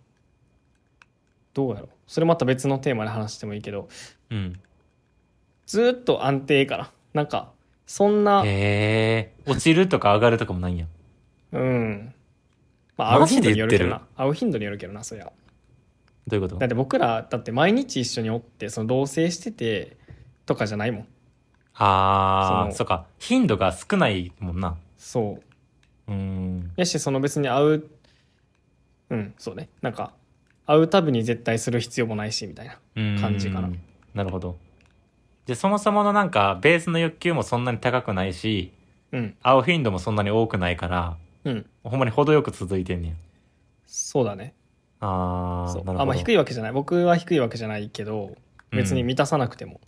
[SPEAKER 2] どうやろうそれまた別のテーマで話してもいいけど
[SPEAKER 1] うん。
[SPEAKER 2] ずーっと安定かななんかそんな
[SPEAKER 1] へえ。落ちるとか上がるとかもないんや。
[SPEAKER 2] うん。まあ、会う
[SPEAKER 1] マジ
[SPEAKER 2] 頻度
[SPEAKER 1] で
[SPEAKER 2] に
[SPEAKER 1] 言
[SPEAKER 2] よ
[SPEAKER 1] っ
[SPEAKER 2] る
[SPEAKER 1] て
[SPEAKER 2] け
[SPEAKER 1] る
[SPEAKER 2] どな。会う頻度によるけどな、そりゃ。
[SPEAKER 1] どういうこと
[SPEAKER 2] だって僕ら、だって毎日一緒におって、その同棲しててとかじゃないもん。
[SPEAKER 1] あ
[SPEAKER 2] そ
[SPEAKER 1] あ、
[SPEAKER 2] の
[SPEAKER 1] そっか。頻度が少ないもんな。
[SPEAKER 2] そう。
[SPEAKER 1] うーん。
[SPEAKER 2] やし、その別に会う、うん、そうね。なんか、会うたびに絶対する必要もないし、みたいな。
[SPEAKER 1] うーん
[SPEAKER 2] 感じかな。
[SPEAKER 1] なるほど。で、そもそものなんか、ベースの欲求もそんなに高くないし、
[SPEAKER 2] うん、
[SPEAKER 1] 会う頻度もそんなに多くないから、
[SPEAKER 2] うん。
[SPEAKER 1] ほんまに程よく続いてんねん。
[SPEAKER 2] そうだね。
[SPEAKER 1] ああ、
[SPEAKER 2] そう
[SPEAKER 1] なるほど。
[SPEAKER 2] あ、まあ、低いわけじゃない。僕は低いわけじゃないけど、別に
[SPEAKER 1] うん
[SPEAKER 2] 満たさなくても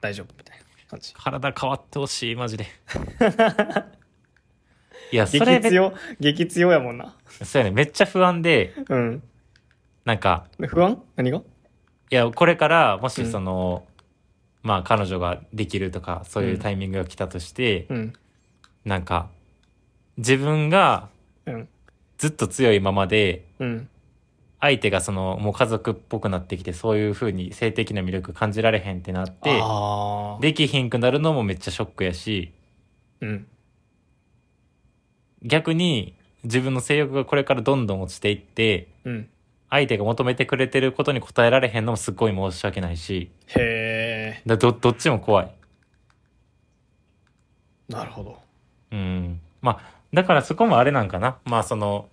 [SPEAKER 2] 大丈夫みたいな感じ。
[SPEAKER 1] 体変わってほしい、マジ で。いや、それ
[SPEAKER 2] 激
[SPEAKER 1] め
[SPEAKER 2] 強、激強やもんな。
[SPEAKER 1] そうやね、めっちゃ不安で、
[SPEAKER 2] うん。
[SPEAKER 1] なんか、
[SPEAKER 2] 不安何が
[SPEAKER 1] いや、これから、もし
[SPEAKER 2] うん
[SPEAKER 1] その、まあ、彼女ができるとか、そういうタイミングが来たとして、
[SPEAKER 2] うん。
[SPEAKER 1] なんか、自分が
[SPEAKER 2] うん。
[SPEAKER 1] ずっと強いままで、
[SPEAKER 2] うん。
[SPEAKER 1] 相手がその、もう家族っぽくなってきて、そういう風に性的な魅力感じられへんってなって、
[SPEAKER 2] あー
[SPEAKER 1] できひんくなるのもめっちゃショックやし、
[SPEAKER 2] うん。
[SPEAKER 1] 逆に自分の性欲がこれからどんどん落ちていって、
[SPEAKER 2] うん。
[SPEAKER 1] 相手が求めてくれてることに応えられへんのもすっごい申し訳ないし、
[SPEAKER 2] へ
[SPEAKER 1] だど、どっちも怖い。
[SPEAKER 2] え。なるほど。
[SPEAKER 1] うん。まあ、だからそこもあれなんかな。まあその、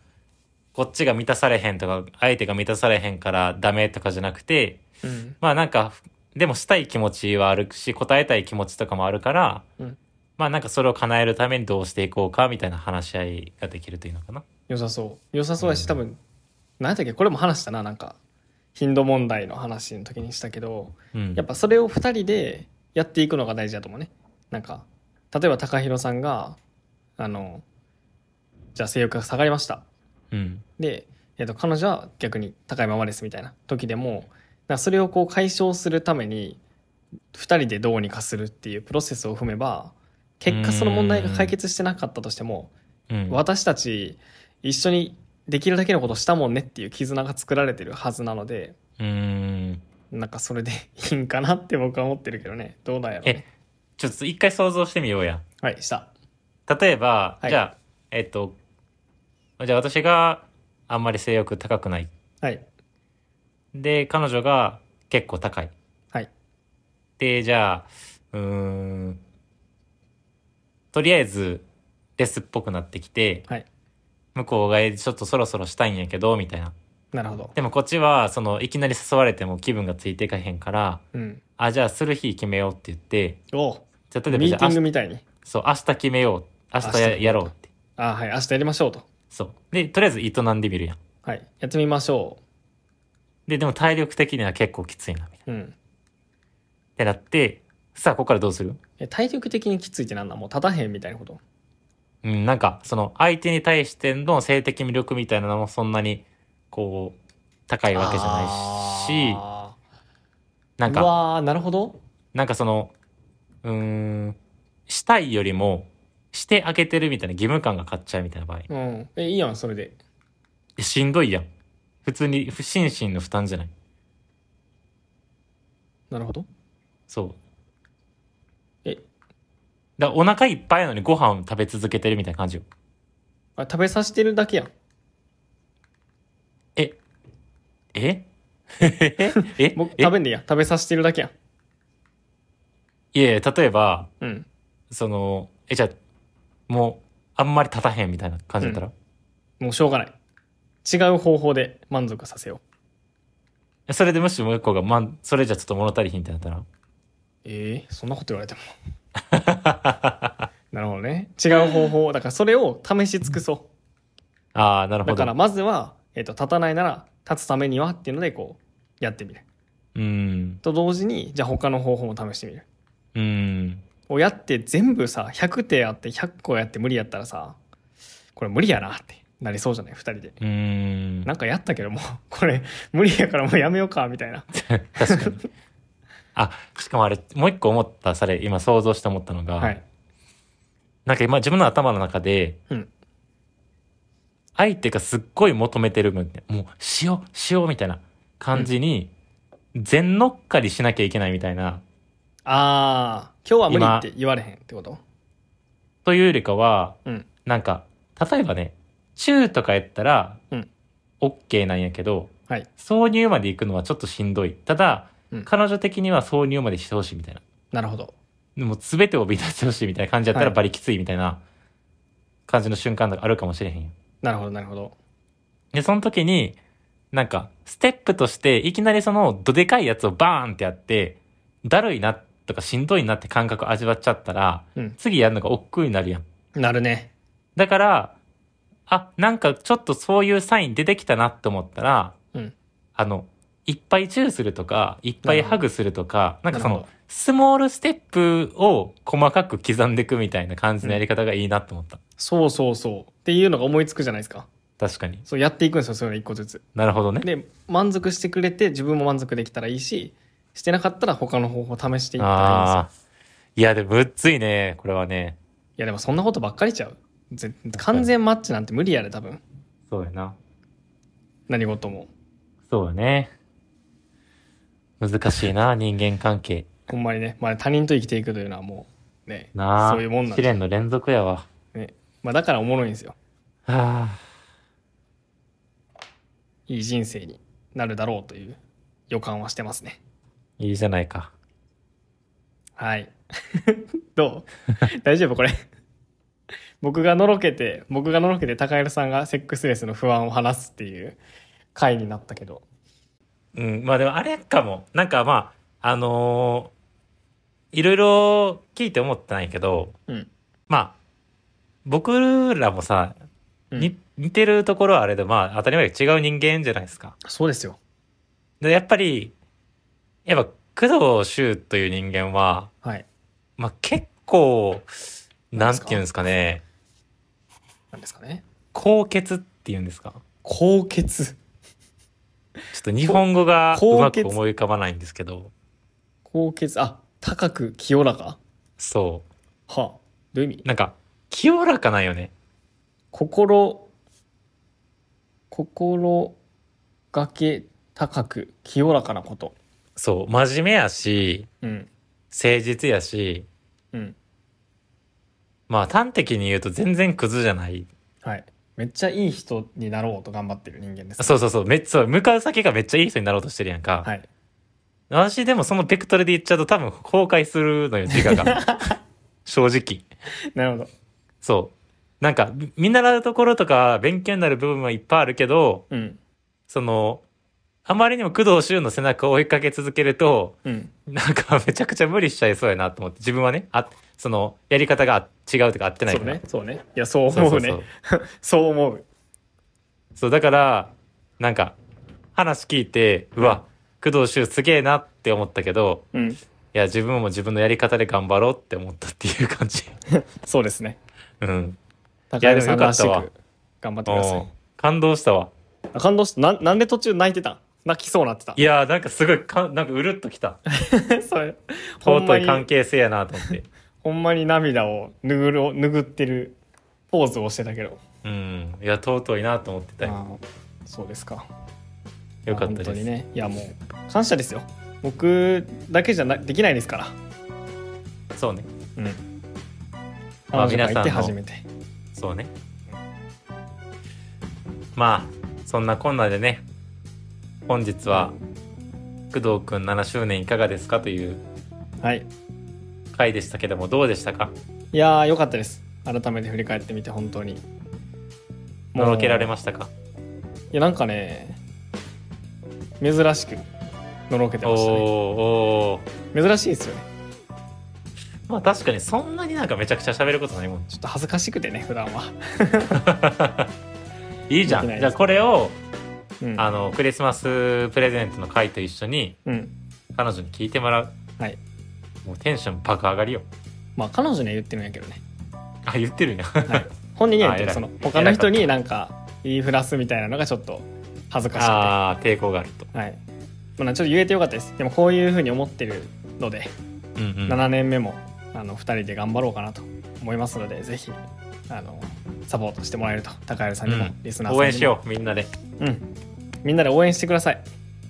[SPEAKER 1] こっちが満たされへんとか、相手が満たされへんからダメとかじゃなくて、
[SPEAKER 2] うん。
[SPEAKER 1] まあなんか、でもしたい気持ちはあるし、答えたい気持ちとかもあるから、
[SPEAKER 2] うん
[SPEAKER 1] まあなんかそれを叶えるためにどうしていこうかみたいな話し合いができるといいのかな。
[SPEAKER 2] 良さそう。良さそうや
[SPEAKER 1] う
[SPEAKER 2] し、
[SPEAKER 1] ん
[SPEAKER 2] 多分、何やったっけこれも話したな、なんか。頻度問題の話の時にしたけど、
[SPEAKER 1] うん。
[SPEAKER 2] やっぱそれを二人でやっていくのが大事だと思うね。なんか、例えば TAKAHIRO さんが、あの、じゃあ性欲が下がりました。
[SPEAKER 1] うん。
[SPEAKER 2] で、えっと、彼女は逆に高いままですみたいな時でも、なんかそれをこう解消するために、二人でどうにかするっていうプロセスを踏めば、結果その問題が解決してなかったとしても、
[SPEAKER 1] うん。
[SPEAKER 2] 私たち一緒にできるだけのことしたもんねっていう絆が作られてるはずなので、
[SPEAKER 1] うん。
[SPEAKER 2] なんかそれでいいんかなって僕は思ってるけどね。どうなんやろね。
[SPEAKER 1] ちょっと一回想像してみようや。
[SPEAKER 2] はい、した。
[SPEAKER 1] 例えば、
[SPEAKER 2] はい
[SPEAKER 1] じゃあ、えっと、じゃあ私があんまり性欲高くない。
[SPEAKER 2] はい。
[SPEAKER 1] で、彼女が結構高い。
[SPEAKER 2] はい。
[SPEAKER 1] で、じゃあ、うーん、とりあえず、レスっぽくなってきて、
[SPEAKER 2] はい。
[SPEAKER 1] 向こうがえちょっとそろそろしたいんやけど、みたいな。
[SPEAKER 2] なるほど。
[SPEAKER 1] でもこっちはそのいきなり誘われても気分がついていかへんから
[SPEAKER 2] うん。
[SPEAKER 1] あじゃあする日決めようって言って
[SPEAKER 2] おう
[SPEAKER 1] じゃあ例えば
[SPEAKER 2] ミ
[SPEAKER 1] じ
[SPEAKER 2] ー
[SPEAKER 1] ゃ
[SPEAKER 2] テ
[SPEAKER 1] あ
[SPEAKER 2] ィン
[SPEAKER 1] 明
[SPEAKER 2] グ
[SPEAKER 1] 日
[SPEAKER 2] みたいに。
[SPEAKER 1] そう明日決めよう明日や
[SPEAKER 2] 明日
[SPEAKER 1] やろうって
[SPEAKER 2] あはい。明日やりましょうと。
[SPEAKER 1] そうでとりあえず営んでみるやん
[SPEAKER 2] はい。やってみましょ
[SPEAKER 1] ででも体力的には結構きついなみたいな
[SPEAKER 2] う。うん。
[SPEAKER 1] ってなってさあここからどうする
[SPEAKER 2] え体力的にきついってなんだもう立たへんみたいなこと。
[SPEAKER 1] うん、なんか、その、相手に対しての性的魅力みたいなのもそんなに、こう、高いわけじゃないし、
[SPEAKER 2] あ
[SPEAKER 1] な
[SPEAKER 2] ー
[SPEAKER 1] ん
[SPEAKER 2] う
[SPEAKER 1] か、
[SPEAKER 2] わーなるほど。
[SPEAKER 1] なんかその、うーん、したいよりも、してあげてるみたいな義務感が勝っちゃうみたいな場合。
[SPEAKER 2] うん。え、いいやん、それで。
[SPEAKER 1] えしんどいやん。普通に、不心身の負担じゃない。
[SPEAKER 2] なるほど。
[SPEAKER 1] そう。
[SPEAKER 2] え
[SPEAKER 1] だお腹いっぱいなのにご飯食べ続けてるみたいな感じよ。
[SPEAKER 2] あ食べさせてるだけやん。
[SPEAKER 1] ええ え え
[SPEAKER 2] 僕、
[SPEAKER 1] え
[SPEAKER 2] 食べんでいいやん。食べさせてるだけやん。
[SPEAKER 1] いやいや、例えば、
[SPEAKER 2] うん。
[SPEAKER 1] そのえじゃあもうあんまり立たへんみたいな感じだったら、
[SPEAKER 2] もうしょうがない。違う方法で満足させよう。
[SPEAKER 1] それでもしもう一個が、まん、それじゃちょっと物足りひんってなったら
[SPEAKER 2] ええそんなこと言 われても。なるほどね。違う方法。だからそれを試し尽くそ
[SPEAKER 1] ああなるほ
[SPEAKER 2] う。だ
[SPEAKER 1] ど
[SPEAKER 2] からまずは、えっ、と、立たないなら、立つためにはっていうので、こう、やってみる。
[SPEAKER 1] うん
[SPEAKER 2] と同時に、じゃあ他の方法も試してみる。
[SPEAKER 1] うん
[SPEAKER 2] をやって全部さ、100点あって100個やって無理やったらさ、これ無理やなってなりそうじゃない ?2 人で。
[SPEAKER 1] うん
[SPEAKER 2] なんかやったけどもう、 これ無理やからもうやめようか、みたいな。
[SPEAKER 1] 確かにあしかもあれもう一個思ったそれ今想像して思ったのが、
[SPEAKER 2] はい。
[SPEAKER 1] なんか今自分の頭の中で、
[SPEAKER 2] うん
[SPEAKER 1] 相手がすっごい求めてる分もうしようしようみたいな感じに、全乗っかりしなきゃいけないみたいな
[SPEAKER 2] あー、今日は無理って言われへんってこと
[SPEAKER 1] というよりかは
[SPEAKER 2] うん。
[SPEAKER 1] なんか、例えばね、チューとかやったら、
[SPEAKER 2] うん
[SPEAKER 1] オッ OK なんやけど、
[SPEAKER 2] はい。
[SPEAKER 1] 挿入まで行くのはちょっとしんどい。ただ、
[SPEAKER 2] うん
[SPEAKER 1] 彼女的には挿入までしてほしいみたいな。
[SPEAKER 2] なるほど。
[SPEAKER 1] でも全てを満たしてほしいみたいな感じやったら
[SPEAKER 2] はい
[SPEAKER 1] バリきついみたいな感じの瞬間があるかもしれへんやん。
[SPEAKER 2] なるほど、なるほど。
[SPEAKER 1] で、その時に、なんか、ステップとして、いきなりその、どでかいやつをバーンってやって、だるいなとかしんどいなって感覚味わっちゃったら、
[SPEAKER 2] うん
[SPEAKER 1] 次やるのが億劫になるやん。
[SPEAKER 2] なるね。
[SPEAKER 1] だから、あ、なんかちょっとそういうサイン出てきたなって思ったら、
[SPEAKER 2] うん
[SPEAKER 1] あの、いっぱいチューするとか、いっぱいハグするとか、なんかそ
[SPEAKER 2] なる
[SPEAKER 1] の
[SPEAKER 2] ほど、
[SPEAKER 1] スモールステップを細かく刻んでいくみたいな感じのやり方がいいなと思った。
[SPEAKER 2] そうそうそう。っていうのが思いつくじゃないですか。
[SPEAKER 1] 確かに。
[SPEAKER 2] そう、やっていくんですよ、それ一個ずつ。
[SPEAKER 1] なるほどね。
[SPEAKER 2] で、満足してくれて、自分も満足できたらいいし、してなかったら他の方法を試していったらいいんです
[SPEAKER 1] あ
[SPEAKER 2] よ。
[SPEAKER 1] あ。いや、でも、むっついね、これはね。
[SPEAKER 2] いやでもそんなことばっかりちゃう。ぜ完全マッチなんて無理やで多分。
[SPEAKER 1] そうやな。
[SPEAKER 2] 何事も。
[SPEAKER 1] そうやね。難しいな、人間関係。
[SPEAKER 2] ほんまにね、まあ、他人と生きていくというのはもうね、
[SPEAKER 1] なあ。
[SPEAKER 2] そういうもんなん
[SPEAKER 1] 試
[SPEAKER 2] で、
[SPEAKER 1] 練の連続やわ。
[SPEAKER 2] ねまあ、だからおもろいんですよ。
[SPEAKER 1] はあ。
[SPEAKER 2] いい人生になるだろうという予感はしてますね。
[SPEAKER 1] いいじゃないか。
[SPEAKER 2] はい。 どう 大丈夫これ。僕がのろけて、僕がのろけて高弘さんがセックスレスの不安を話すっていう回になったけど。
[SPEAKER 1] うん、まあでもあれかも。なんかまあ、あのーいろいろ聞いて思ったんやけど、
[SPEAKER 2] うん。
[SPEAKER 1] まあ、僕らもさ、
[SPEAKER 2] うん
[SPEAKER 1] に似てるところはあれで、まあ当たり前だけど違う人間じゃないですか。
[SPEAKER 2] そうですよ。
[SPEAKER 1] で、やっぱり、やっぱ工藤修という人間は、
[SPEAKER 2] はい。
[SPEAKER 1] まあ結構、
[SPEAKER 2] な
[SPEAKER 1] なん
[SPEAKER 2] です
[SPEAKER 1] ん
[SPEAKER 2] か
[SPEAKER 1] ていうんですかね、
[SPEAKER 2] なんですかね。
[SPEAKER 1] 高血っていうんですか。
[SPEAKER 2] 高血。
[SPEAKER 1] ちょっと日本語がう
[SPEAKER 2] 高高
[SPEAKER 1] まく
[SPEAKER 2] 血
[SPEAKER 1] 思い浮かばないんですけど、
[SPEAKER 2] 高血、あ、高く清らか
[SPEAKER 1] そ
[SPEAKER 2] はあ、どういう意味
[SPEAKER 1] う。なんか、清らかなんよね。
[SPEAKER 2] 心、心がけ高く清らかなこと。
[SPEAKER 1] そう、真面目やし、
[SPEAKER 2] うん。
[SPEAKER 1] 誠実やし、
[SPEAKER 2] うん。
[SPEAKER 1] まあ端的に言うと全然クズじゃない。
[SPEAKER 2] はい。めっちゃいい人になろうと頑張ってる人間です。
[SPEAKER 1] そうそうそう、めっちゃ、向かう先がめっちゃいい人になろうとしてるやんか。
[SPEAKER 2] はい。
[SPEAKER 1] 私でもそのベクトルで言っちゃうと多分崩壊するのよ、自我が。 正直。
[SPEAKER 2] なるほど。
[SPEAKER 1] そう。なんか、み見習うところとか勉強になる部分はいっぱいあるけど、
[SPEAKER 2] うん。
[SPEAKER 1] その、あまりにも工藤周の背中を追いかけ続けると、
[SPEAKER 2] うん
[SPEAKER 1] なんかめちゃくちゃ無理しちゃいそうやなと思って、自分はね、あ、その、やり方が違うというか合ってない
[SPEAKER 2] そう
[SPEAKER 1] から。
[SPEAKER 2] ねそうねいやそう
[SPEAKER 1] そう
[SPEAKER 2] 思
[SPEAKER 1] そううそう
[SPEAKER 2] ね。そう思う
[SPEAKER 1] そう、だから、なんか、話聞いて、うわ、工藤周すげえなって思ったけど、
[SPEAKER 2] うん
[SPEAKER 1] いや、自分も自分のやり方で頑張ろうって思ったっていう感 じ。
[SPEAKER 2] そうですね
[SPEAKER 1] うん。い
[SPEAKER 2] 高
[SPEAKER 1] や
[SPEAKER 2] 橋
[SPEAKER 1] でもよ
[SPEAKER 2] さん
[SPEAKER 1] からっ
[SPEAKER 2] した
[SPEAKER 1] わ
[SPEAKER 2] く頑張ってくださ
[SPEAKER 1] うん感動したわ。
[SPEAKER 2] い感動してなんなんで途中泣いてたん泣きそうなってた
[SPEAKER 1] いやー、なんかすごいか、なんかうるっときた。
[SPEAKER 2] それほんま
[SPEAKER 1] 尊い関
[SPEAKER 2] に
[SPEAKER 1] 係性やなと思って。
[SPEAKER 2] ほんまに涙を拭る拭ってるポーズをしてたけど
[SPEAKER 1] うん。いや、尊いなと思ってたよ。
[SPEAKER 2] あーそうですか
[SPEAKER 1] よかった
[SPEAKER 2] 本当
[SPEAKER 1] です。
[SPEAKER 2] にねいやもう感謝ですよ僕だけじゃなできないですから
[SPEAKER 1] そうね。
[SPEAKER 2] うん
[SPEAKER 1] まあ
[SPEAKER 2] 彼女がい
[SPEAKER 1] 皆
[SPEAKER 2] て
[SPEAKER 1] さ
[SPEAKER 2] 初
[SPEAKER 1] んの
[SPEAKER 2] めて
[SPEAKER 1] そうね。まあ、そんなこんなでね、本日は、工藤くん7周年いかがですかという
[SPEAKER 2] はい
[SPEAKER 1] 回でしたけども、どうでしたか
[SPEAKER 2] いやー良かったです改めて振り返ってみて本当に
[SPEAKER 1] のろけられ
[SPEAKER 2] ま
[SPEAKER 1] ましたか
[SPEAKER 2] いやなんかね珍しくのろけて
[SPEAKER 1] おー
[SPEAKER 2] ましたね
[SPEAKER 1] おー
[SPEAKER 2] 珍しいですよね
[SPEAKER 1] まあ確かにそんなになんかめちゃくちゃ喋ることないもん。
[SPEAKER 2] ちょっと恥ずかしくてね普段は、
[SPEAKER 1] いいじゃん。
[SPEAKER 2] できないです
[SPEAKER 1] じゃあこれを、
[SPEAKER 2] うん、
[SPEAKER 1] あの、クリスマスプレゼントの回と一緒に、
[SPEAKER 2] うん
[SPEAKER 1] 彼女に聞いてもらう。
[SPEAKER 2] はい
[SPEAKER 1] もうテンション爆上がりよ。
[SPEAKER 2] まあ彼女には言ってるんやけどね
[SPEAKER 1] あ、言ってるんや。
[SPEAKER 2] 本人には
[SPEAKER 1] あ偉い
[SPEAKER 2] 言ってるその他の人になんか言いふらすみたいなのがちょっと恥ずかしくて
[SPEAKER 1] ああ、抵抗があると。
[SPEAKER 2] はい。まあ、ちょっと言えてよかったです。でもこういうふうに思ってるので、
[SPEAKER 1] うんうん。
[SPEAKER 2] 7年目もあの2人で頑張ろうかなと思いますので、ぜひあのサポートしてもらえると、高原さんにも、
[SPEAKER 1] うん
[SPEAKER 2] リスナーさんにも。
[SPEAKER 1] 応援しよう、みんなで。
[SPEAKER 2] う。うん。みんなで応援してください。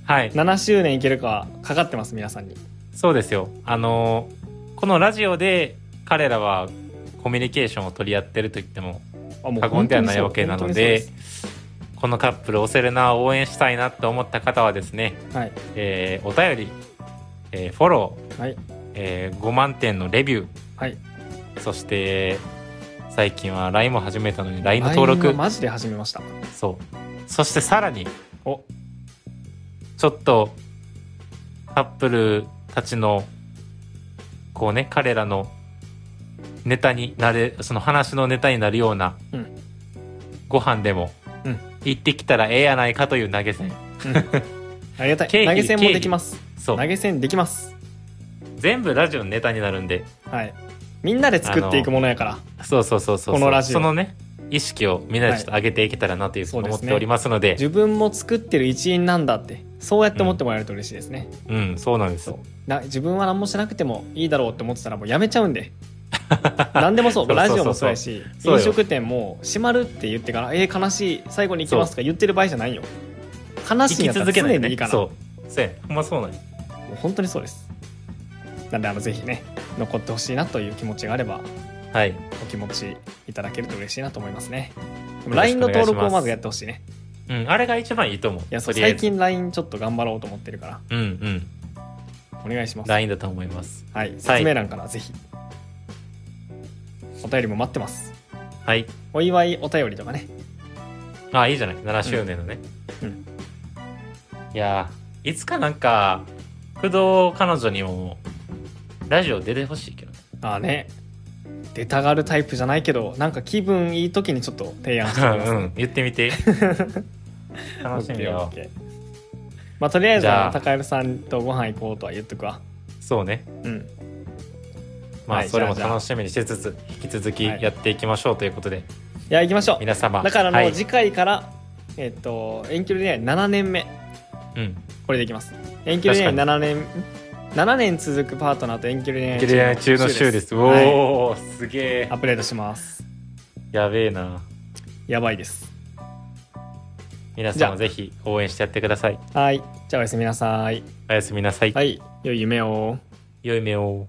[SPEAKER 1] はい。
[SPEAKER 2] 7周年いけるかはかかってます、皆さんに。
[SPEAKER 1] そうですよ。あのーこのラジオで彼らはコミュニケーションを取り合ってると言っても
[SPEAKER 2] あも
[SPEAKER 1] 過言ではないわけなので、このカップル押せるな、応援したいなと思った方はですね、
[SPEAKER 2] 本当にそうです
[SPEAKER 1] えーお便り、えーフォロー、
[SPEAKER 2] はい。はい。
[SPEAKER 1] えー5万点のレビュ
[SPEAKER 2] はい。
[SPEAKER 1] ー、そして、最近は LINE も始めたのに LINE の登録
[SPEAKER 2] LINE を、マジで始めました。
[SPEAKER 1] そう。そしてさらに、
[SPEAKER 2] お
[SPEAKER 1] ちょっと、カップルたちの、こうね、彼らのネタになれ、その話のネタになるような、
[SPEAKER 2] うん
[SPEAKER 1] ご飯でも、
[SPEAKER 2] うん
[SPEAKER 1] 行ってきたらええやないかという投げ銭。
[SPEAKER 2] ありがたい。
[SPEAKER 1] 経費
[SPEAKER 2] 投げ銭もできます。
[SPEAKER 1] そ
[SPEAKER 2] 投
[SPEAKER 1] う。
[SPEAKER 2] げ銭できます。
[SPEAKER 1] 全部ラジオのネタになるんで、
[SPEAKER 2] はい。みんなで作っていくものやから。
[SPEAKER 1] そうそうそうそうそう。
[SPEAKER 2] このラジオ
[SPEAKER 1] そのね、意識をみんなでちょっと上げていけたらなというふうに
[SPEAKER 2] はい
[SPEAKER 1] 思っておりますので、
[SPEAKER 2] 自分も作ってる一員なんだってそうやって思ってもらえると嬉しいですね、
[SPEAKER 1] うん、そうなんですよ。
[SPEAKER 2] な自分は何もしなくてもいいだろうって思ってたらもうやめちゃうんで何でもそ う
[SPEAKER 1] そうそうそう
[SPEAKER 2] ラジオもそうやし
[SPEAKER 1] そうよ
[SPEAKER 2] 飲食店も閉まるって言ってから「えー、悲しい最後に行きます」とか言ってる場合じゃないよ悲
[SPEAKER 1] 生
[SPEAKER 2] しいん
[SPEAKER 1] き
[SPEAKER 2] やったら
[SPEAKER 1] 続けない
[SPEAKER 2] 常
[SPEAKER 1] よね
[SPEAKER 2] にいいかな
[SPEAKER 1] そう。そうやねほんまそうなんよ
[SPEAKER 2] もう本当にそうですなんであのぜひね残ってほしいなという気持ちがあれば
[SPEAKER 1] はい。
[SPEAKER 2] お気持ちいただけると嬉しいなと思いますねでも
[SPEAKER 1] よろしく
[SPEAKER 2] LINE
[SPEAKER 1] お
[SPEAKER 2] の
[SPEAKER 1] 願いします
[SPEAKER 2] 登録をまずやってほしいね
[SPEAKER 1] うん、あれが一番いいと思う。
[SPEAKER 2] いやそう
[SPEAKER 1] とりあえ
[SPEAKER 2] 最
[SPEAKER 1] ず。
[SPEAKER 2] 近 LINE ちょっと頑張ろうと思ってるか
[SPEAKER 1] うんうん。
[SPEAKER 2] らお願いします
[SPEAKER 1] ラインだと思います。
[SPEAKER 2] はい、説明欄からぜひ、お便りも待ってます。
[SPEAKER 1] はい。
[SPEAKER 2] お祝いお便りとかね。
[SPEAKER 1] あ、いいじゃない。7周年のね。
[SPEAKER 2] うん
[SPEAKER 1] いやーいつかなんか、工藤彼女にも、ラジオ出てほしいけ どね。
[SPEAKER 2] ああね、出たがるタイプじゃないけど、なんか気分いい時にちょっと提案してください。
[SPEAKER 1] うん、言ってみ て。楽しみよ
[SPEAKER 2] オッ。ケーオッケーまあ、とりあえず
[SPEAKER 1] じゃあ
[SPEAKER 2] 高山さんとご飯行こうとは言っとくわ。
[SPEAKER 1] そうね。
[SPEAKER 2] うん。
[SPEAKER 1] ま
[SPEAKER 2] は
[SPEAKER 1] あ、
[SPEAKER 2] い
[SPEAKER 1] それも
[SPEAKER 2] じゃあ
[SPEAKER 1] 楽しみにしつつ、引き続き
[SPEAKER 2] はい
[SPEAKER 1] やっていきましょうということで、
[SPEAKER 2] いや、行きましょう。
[SPEAKER 1] 皆様。
[SPEAKER 2] だから
[SPEAKER 1] は
[SPEAKER 2] もう
[SPEAKER 1] い
[SPEAKER 2] 次回から、えっと、遠距離恋愛7年目、
[SPEAKER 1] うん。
[SPEAKER 2] これでいきます。遠距離恋愛7年、7年続くパートナーと遠距離恋愛
[SPEAKER 1] 切れ合い中の週です。お
[SPEAKER 2] はい
[SPEAKER 1] おー、すげえ
[SPEAKER 2] ア。ップデートします。
[SPEAKER 1] やべえな。
[SPEAKER 2] やばいです。
[SPEAKER 1] 皆
[SPEAKER 2] じゃ
[SPEAKER 1] 様
[SPEAKER 2] あ
[SPEAKER 1] ぜひ応援してやってください。
[SPEAKER 2] はい。じゃあおやすみなさい。
[SPEAKER 1] おやすみなさい。
[SPEAKER 2] はい。良い夢を。
[SPEAKER 1] 良い目を。